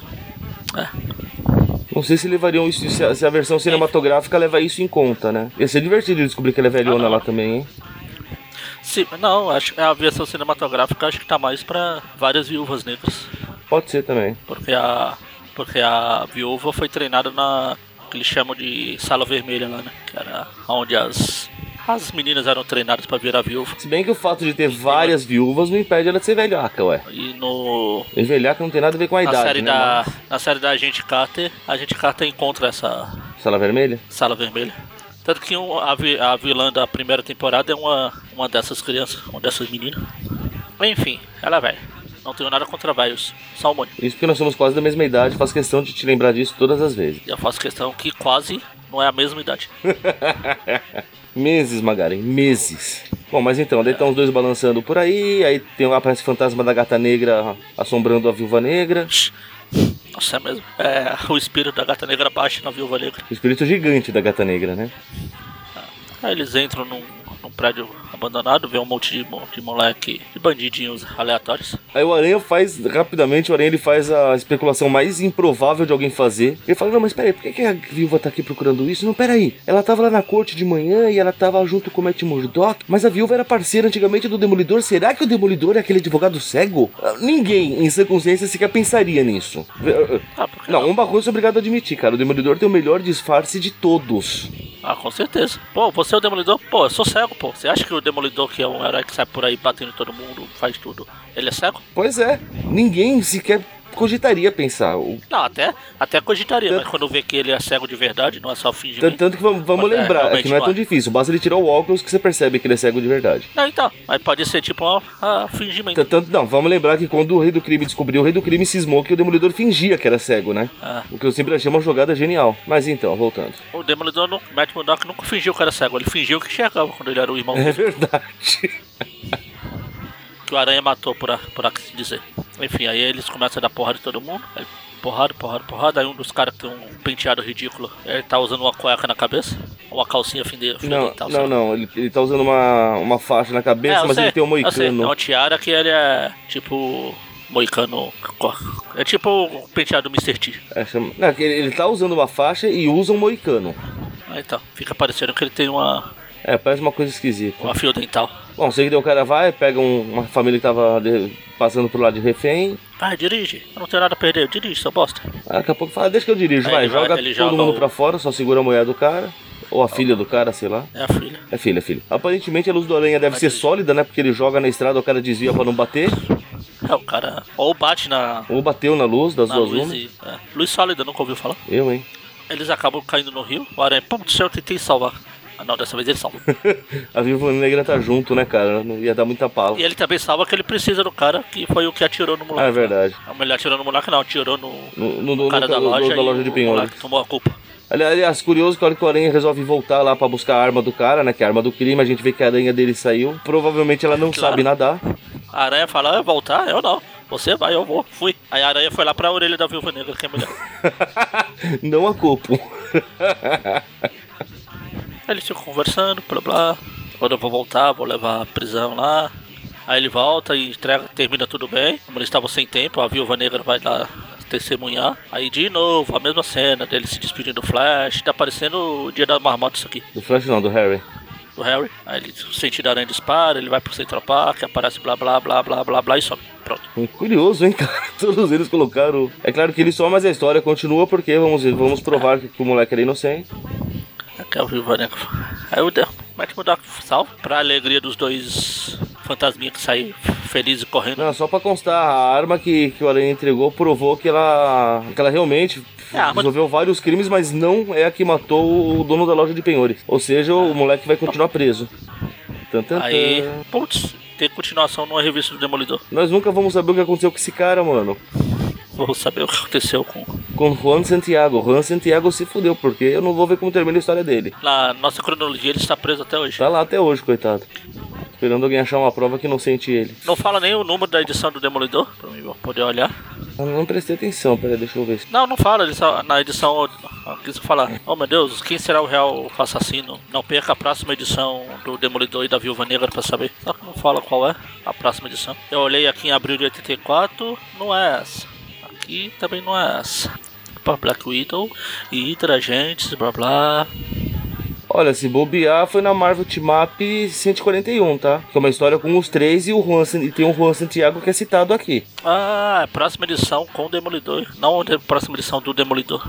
Não sei se levariam isso, se a, se a versão cinematográfica leva isso em conta, né? Ia ser divertido descobrir que ela é velhona lá também, hein?
Sim, não, acho que a versão cinematográfica acho que tá mais pra várias viúvas negras.
Pode ser também.
Porque a. Porque a viúva foi treinada na. que eles chamam de sala vermelha lá, né? Que era onde as, as meninas eram treinadas pra virar viúva.
Se bem que o fato de ter várias viúvas não impede ela de ser velhaca, ué.
E no.
Velhaca não tem nada a ver com a
Na
idade,
série,
né?
da, na série da Agente Carter, a Agente Carter encontra essa
mano? Sala vermelha?
sala vermelha. Tanto que um- a, vi- a vilã da primeira temporada é uma, uma dessas crianças, uma dessas meninas. Enfim, ela é velha. Não tenho nada contra velhos. Salmone.
Isso porque nós somos quase da mesma idade, faz questão de te lembrar disso todas as vezes.
E eu faço questão que quase não é a mesma idade.
meses, Magaren, meses. Bom, mas então, daí estão os dois balançando por aí, aí tem lá aparece o fantasma da gata negra assombrando a viúva negra.
Nossa, é mesmo. É, o espírito da gata negra baixa na viúva negra.
O espírito gigante da gata negra, né?
Aí eles entram num, num prédio abandonado, vê um monte de, mo- de moleque, de bandidinhos aleatórios.
Aí o Aranha faz, rapidamente, o Aranha ele faz a especulação mais improvável de alguém fazer. Ele fala, não, mas peraí, por que, que a viúva tá aqui procurando isso? Não, peraí, ela tava lá na corte de manhã e ela tava junto com o Matt Murdock, mas a viúva era parceira antigamente do Demolidor. Será que o Demolidor é aquele advogado cego? Ah, Ninguém, em sã consciência, sequer pensaria nisso. Vê, ah, ah,
Ah, porque
Não, uma coisa eu sou obrigado a admitir, cara. O Demolidor tem o melhor disfarce de todos.
Ah, com certeza. Pô, você é o Demolidor? Pô, eu sou cego, pô. Você acha que o Demolidor, que é um herói que sai por aí batendo em todo mundo, faz tudo, ele é cego?
Pois é, ninguém sequer cogitaria pensar. O-
Não, até, até cogitaria,
Tanto-
mas quando vê que ele é cego de verdade, não é só
Tanto,
fingimento.
tanto que vamos, vamos
Mas é,
lembrar, é,
realmente
que não é
não
tão
é.
difícil. Basta ele tirar o óculos que você percebe que ele é cego de verdade.
Não, então, mas pode ser tipo um ah, fingimento.
Tan- Tanto, não, vamos lembrar que quando o Rei do Crime descobriu, o Rei do Crime cismou que o Demolidor fingia que era cego, né?
Ah,
O que eu sempre achei uma jogada genial. Mas então,
[LAUGHS]
voltando.
o Demolidor, não, Matt Murdock nunca fingiu que era cego, ele fingiu que enxergava quando ele era o irmão
É verdade.
que o Aranha matou, por, a- por assim dizer. Enfim, aí eles começam a dar porrada em todo mundo. Aí porrada, porrada, porrada. Aí um dos caras que tem um penteado ridículo, ele tá usando uma cueca na cabeça, uma calcinha fende-
Não,
fendetal.
não,
sabe?
não. Ele, ele tá usando uma, uma faixa na
É,
cabeça,
eu
mas
sei,
ele tem um
eu sei, É
moicano.
uma tiara que ele é tipo moicano. É tipo o penteado do Mr. T.
É, chama- não, ele, ele tá usando uma faixa e usa um moicano.
Aí tá, fica parecendo que ele tem uma,
É, parece uma coisa esquisita.
uma fio dental.
Bom, sei que daí o cara vai, pega um- uma família que tava de- passando pro lado de refém.
Ah, dirige. Eu não tenho nada a perder, eu dirijo, seu bosta.
Aí daqui a pouco fala, deixa que eu dirijo,
Aí
vai,
ele vai,
joga
ele
todo
joga
mundo
o- Ah,
pra fora, só segura a mulher do cara. Ou a filha do cara, sei lá.
É a filha.
É filha, é filha. Aparentemente a luz do aranha deve ser sólida, né? Porque ele joga na estrada, o cara desvia pra não bater.
É o cara. Ou bate na,
Ou bateu na luz das
na
duas
luz
lunas.
e. É. Luz sólida, nunca ouviu falar?
Eu, hein? [LAUGHS]
Eles acabam caindo no rio. O aranha, pô, do céu, eu tentei salvar. Ah, não, dessa vez ele
[LAUGHS]
salva.
a Viúva Negra tá junto, né, cara? Não ia dar muita pala.
e ele também salva que ele precisa do cara que foi o que atirou no moleque.
Ah, é verdade.
A mulher atirou no moleque, não, atirou no.
No, no, no,
cara
no-
da
no-
loja,
da loja de
e o
penhores.
moleque tomou a culpa.
Ali- Aliás, curioso que a hora que o Aranha resolve voltar lá pra buscar a arma do cara, né? Que é a arma do crime, a gente vê que a aranha dele saiu. Provavelmente ela não
Claro.
sabe nadar. [LAUGHS]
A aranha fala, "Ah, eu voltar? Eu não. Você vai, eu vou. Fui. Aí a aranha foi lá pra orelha da viúva negra, que é mulher.
não a culpo.
Aí eles ficam conversando, blá blá. Quando eu vou voltar, vou levar a prisão lá. Aí ele volta e entrega, termina tudo bem. Como eles estavam sem tempo, a viúva negra vai lá testemunhar. Aí de novo, a mesma cena dele se despedindo do Flash. Tá parecendo o dia da marmota isso aqui,
Do Flash não, do Harry.
do Harry. Aí ele o sentido da aranha dispara, ele vai pro Central Park, aparece blá blá blá blá blá blá e some. Pronto.
Hum, Curioso, hein, [LAUGHS] cara? Todos eles colocaram. É claro que ele só, mas a história continua porque vamos, vamos provar que, que o moleque era inocente.
Aqui é o Viúva Negra. Aí o Matt Murdock salva. um Pra alegria dos dois fantasminhas que saem felizes e correndo.
Não, só pra constar, a arma que, que o Aranha entregou provou que ela, que ela realmente
É, a arma-
resolveu vários crimes, mas não é a que matou o dono da loja de penhores. Ou seja, o moleque vai continuar preso. Tan, tan, tan.
Aí, putz, tem continuação numa revista do Demolidor.
Nós nunca vamos saber o que aconteceu com esse cara, mano.
Vou saber o que aconteceu com.
Com Juan Santiago. Juan Santiago se fudeu, porque eu não vou ver como termina a história dele.
Na nossa cronologia, ele está preso até hoje.
Tá lá até hoje, coitado. Esperando alguém achar uma prova que não sente ele.
Não fala nem o número da edição do Demolidor, pra mim poder olhar.
Eu não prestei atenção, peraí, deixa eu ver.
Não, não fala, ele só- na edição. ó, Quis falar, oh meu Deus, quem será o real assassino? Não perca a próxima edição do Demolidor e da Viúva Negra pra saber. [LAUGHS] Só que não fala qual é a próxima edição. Eu olhei aqui em abril de 84, não é essa. Aqui também não é essa. Pra Black Widow e Hidra-Gentes, blá blá.
Olha, se bobear foi na Marvel Team Up 141, tá? Que é uma história com os três e o Juan, San- e tem o Juan Santiago que é citado aqui.
é Ah, é a próxima edição com o Demolidor. Não a de- próxima edição do Demolidor.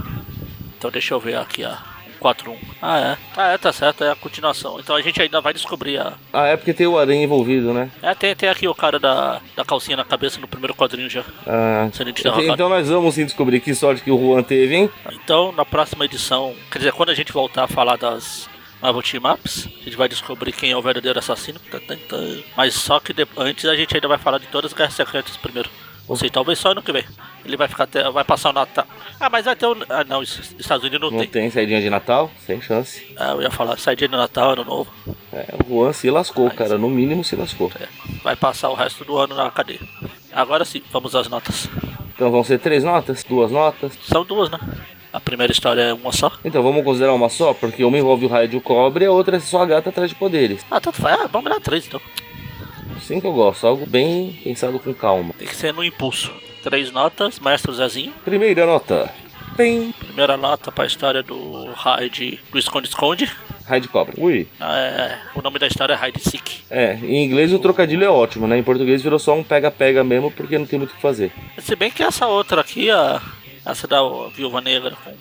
Então deixa eu ver aqui a 41. Ah, é. Ah, é, tá certo, é a continuação. Então a gente ainda vai descobrir a.
Ah, é porque tem o aranha envolvido, né?
É, tem, tem aqui o cara da, da calcinha na cabeça no primeiro quadrinho já.
Ah,
Seria de
ent-
derrotado.
então nós vamos sim descobrir que sorte que o Juan teve, hein?
Então, na próxima edição, quer dizer, quando a gente voltar a falar das Marvel Team Ups, a gente vai descobrir quem é o verdadeiro assassino. Tá, tá, tá. Mas só que de- antes a gente ainda vai falar de todas as guerras secretas primeiro. Ou seja, talvez só ano que vem. Ele vai ficar até. Vai passar o Natal. Ah, mas vai ter o. Ah não, os Estados Unidos não,
Não
tem.
tem saidinha de Natal? Sem chance.
Ah, eu ia falar, sai dia de Natal, ano novo.
É, o Juan se lascou, cara. No mínimo se lascou.
É, vai passar o resto do ano na cadeia. Agora sim, vamos às notas.
Então vão ser três notas? Duas notas?
São duas, né? A primeira história é uma só.
Então vamos considerar uma só, porque uma envolve o raio de cobre e a outra é só a gata atrás de poderes.
Ah, tanto faz. Ah, vamos dar três então.
Sim que eu gosto, algo bem pensado com calma.
Tem que ser no impulso. Três notas, Maestro Zezinho.
Primeira nota. Tem.
Primeira nota pra história do Hyde do Esconde-Esconde.
Raio de cobre. Ui.
É, o nome da história é Hide Seek.
É, em inglês o trocadilho é ótimo, né? Em português virou só um pega-pega mesmo, porque não tem muito o que fazer.
Se bem que essa outra aqui, a, essa da Viúva Negra com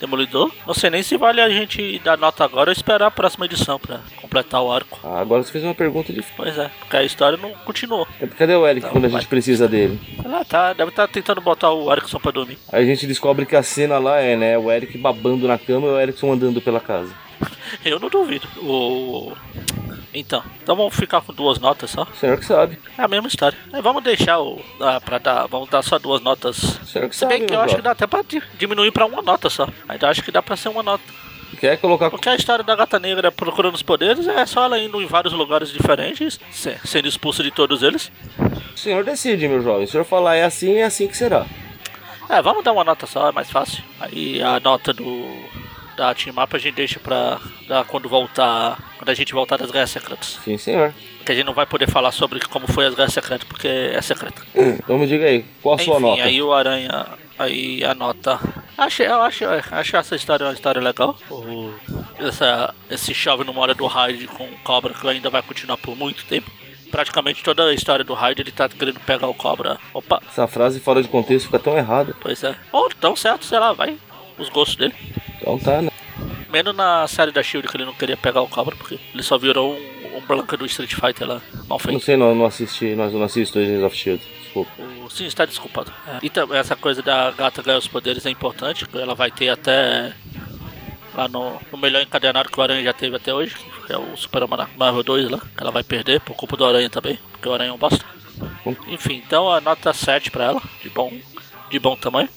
Demolidor, não sei nem se vale a gente dar nota agora ou esperar a próxima edição pra completar o arco.
Ah, agora você fez uma pergunta de. É,
Pois é, porque a história não continuou.
Cadê o Eric
Não,
quando a
Tá vai.
gente precisa dele?
Ela tá, deve estar tentando botar o Erickson pra dormir.
Aí a gente descobre que a cena lá é, né? O Eric babando na cama e o Erickson andando pela casa.
Eu não duvido. O... Então, então vamos ficar com duas notas só.
O senhor que sabe.
É a mesma história. É, vamos deixar o. Ah, pra dar. Vamos dar só duas notas.
O senhor que
Se
sabe.
bem que eu
meu
acho que dá até
brother.
pra di- diminuir pra uma nota só. Ainda acho que dá pra ser uma nota.
Quer colocar.
Porque a história da gata negra procurando os poderes é só ela indo em vários lugares diferentes, se- sendo expulsa de todos eles.
O senhor decide, meu jovem. Se o senhor falar é assim, é assim que será.
É, vamos dar uma nota só, é mais fácil. Aí a nota do. Da Team Mapa a gente deixa pra. dar quando voltar. Quando a gente voltar das guerras secretas.
Sim, senhor.
Que a gente não vai poder falar sobre como foi as guerras secretas, porque é secreta.
Então me diga aí, qual a sua
Enfim,
nota?
aí o Aranha aí anota. Achei, eu acho, acho essa história uma história legal. O- Essa, esse chove numa hora do Hyde com o Cobra que ainda vai continuar por muito tempo. Praticamente toda a história do Hyde ele tá querendo pegar o Cobra. Opa,
Essa frase fora de contexto fica tão errada.
pois é. Ou tão certo, sei lá, vai. Os gostos dele.
Então tá, né?
Menos na série da Shield que ele não queria pegar o Cobra, porque ele só virou um, um Blanca do Street Fighter lá. Mal feito.
Não sei, não, não assisti, nós não assisto Agents of Shield. Desculpa.
O Sim está desculpado. E também essa coisa da gata ganhar os poderes é importante, que ela vai ter até lá no, no melhor encadenado que o Aranha já teve até hoje, que é o Super Almanac Marvel 2 lá, que ela vai perder por culpa do Aranha também, porque o Aranha é um bosta. Enfim, então a nota 7 pra ela, de bom, de bom tamanho.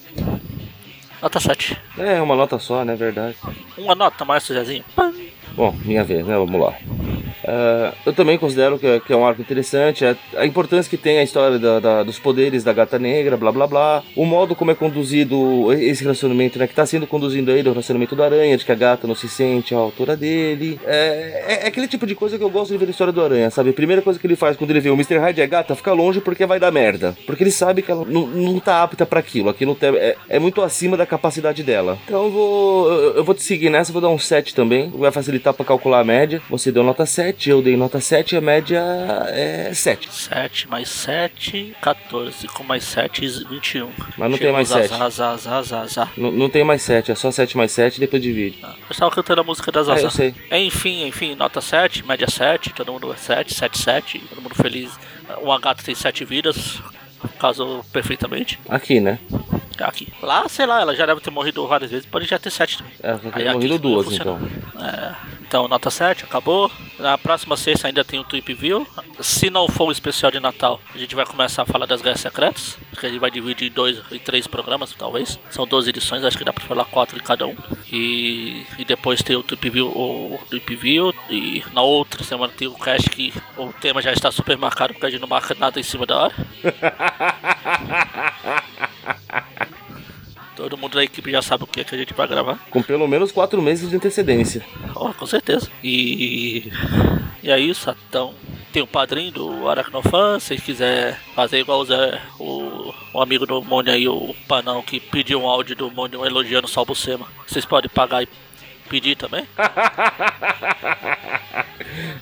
Nota 7.
É, uma nota só, né? Verdade.
Uma nota, Márcio Zezinho. Pã.
Bom, minha vez, né? Vamos lá. Ah, eu também considero que, é- que é um arco interessante. A, a importância que tem a história da- da- dos poderes da gata negra, blá blá blá. O modo como é conduzido esse relacionamento, né? Que tá sendo conduzido aí do relacionamento do aranha, de que a gata não se sente à altura dele. É, é- é aquele tipo de coisa que eu gosto de ver na história do aranha, sabe? A primeira coisa que ele faz quando ele vê o Mr. Hyde é gata, fica longe porque vai dar merda. Porque ele sabe que ela não, não tá apta pra aquilo. Aquilo te- é, é muito acima da capacidade dela. Então eu vou. Eu, eu vou te seguir nessa, vou dar um 7 também. Vai facilitar pra calcular a média. Você deu nota 7, eu dei nota 7 e a média é 7.
7 mais 7, 14. Com mais 7, 21.
Mas não tem mais
Chegamos
sete.
a Zá, zá, zá, zá.
Não, não tem mais 7, é só 7 mais 7 depois divide.
Ah, Eu estava cantando a música das
Ah, eu
Azar.
sei.
enfim, enfim, nota 7, média 7, todo mundo é 7, 7, 7, todo mundo feliz. Uma gata tem 7 vidas, casou perfeitamente.
Aqui, né?
Aqui. Lá, sei lá, ela já deve ter morrido várias vezes, pode já ter 7 também.
Ela É, já
Aí
tem
aqui
morrido
tudo
duas,
funciona.
então.
É, então, nota 7, acabou. Na próxima sexta ainda tem o Tweep View. Se não for o especial de Natal, a gente vai começar a falar das guerras secretas. Que a gente vai dividir em dois e três programas, talvez. São 12 edições, acho que dá pra falar quatro de cada um. E, e depois tem o Tweep View, o Tweep View. E na outra semana tem o Crash, que o tema já está super marcado, porque a gente não marca nada em cima da hora. Todo mundo da equipe já sabe o que, é que a gente vai gravar.
Com pelo menos 4 meses de antecedência.
Oh, com certeza. E, e é isso, então. Tem o padrinho do Aracnofan, se quiser fazer igual o Zé, o, o amigo do Mônio aí, o Panão, que pediu um áudio do Mônio elogiando só o Bucema. Vocês podem pagar aí pedir também.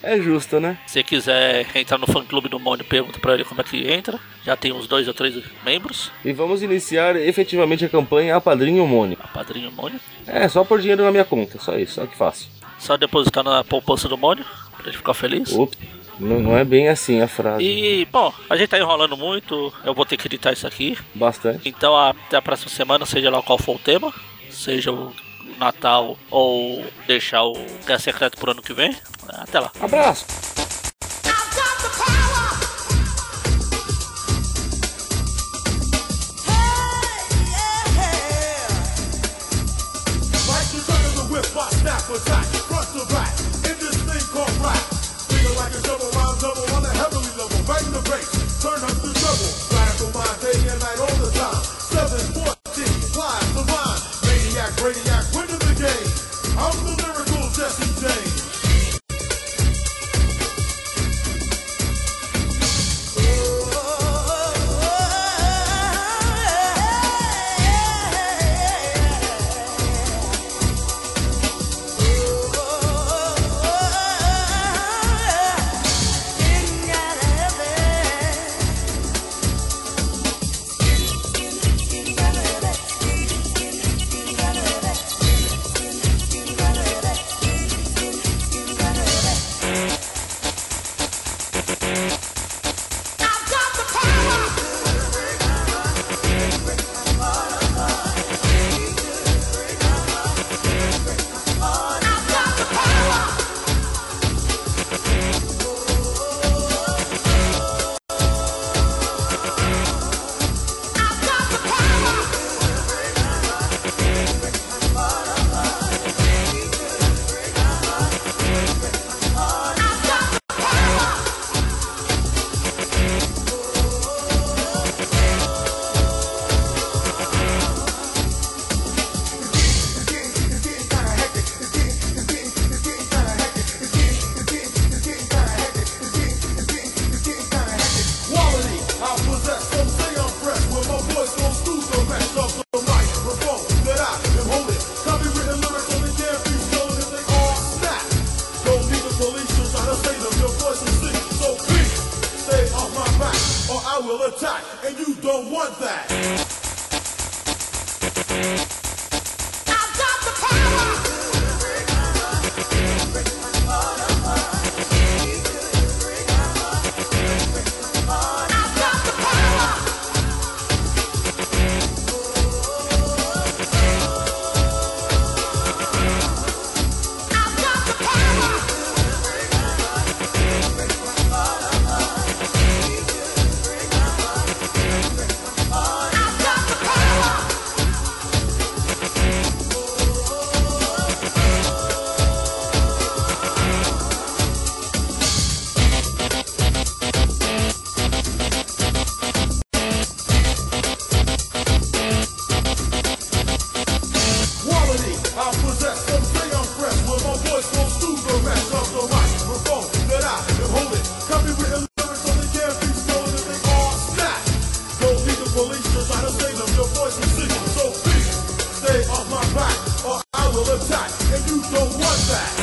É justo, né?
Se quiser entrar no fã clube do Mônio, pergunta pra ele como é que entra. Já tem uns dois ou três membros.
E vamos iniciar efetivamente a campanha Apadrinho Mônio.
Padrinho Mônio.
É, só por dinheiro na minha conta, só isso, olha que fácil.
Só depositar na poupança do Mônio, pra ele ficar feliz.
Ops, não, não é bem assim a frase.
E, bom, a gente tá enrolando muito. Eu vou ter que editar isso aqui.
Bastante.
Então, até a próxima semana, seja lá qual for o tema, seja o Natal ou deixar o Guerra Secreta pro ano que vem. Até lá.
Abraço!
I've got the power. Hey, yeah.
Right in front of the whip, I snap a shot, front to back, in this thing called rap. Figure like a double round double on a heavenly level, bang the brakes, turn up the treble. Radical mind, day and night all the time. Seven, fourteen, flies the mind. Maniac, radiac, winning the game. I'm the lyrical Jesse James.
oh, oh. I've got the power. I've got the power. I've got the power. I've got the power.
Quality, I possess, don't say I'm fresh When my voice goes through the rest of the microphone That I am holding Copywritten lyrics only can be stolen if they all snap Don't need the police to try to save them, your voice is sick So please, stay off my back Or I will attack, and you don't want that
I've got the power. I've got the power. I've got the power. I've got the power.
Quality, I possess, some say I'm fresh When my voice goes through the rest of the microphone That I am holding Copywritten lyrics only can be stolen if they all snap Don't need the police to try to save them, your voice is sick So please, stay off my back Or I will attack, and you don't want that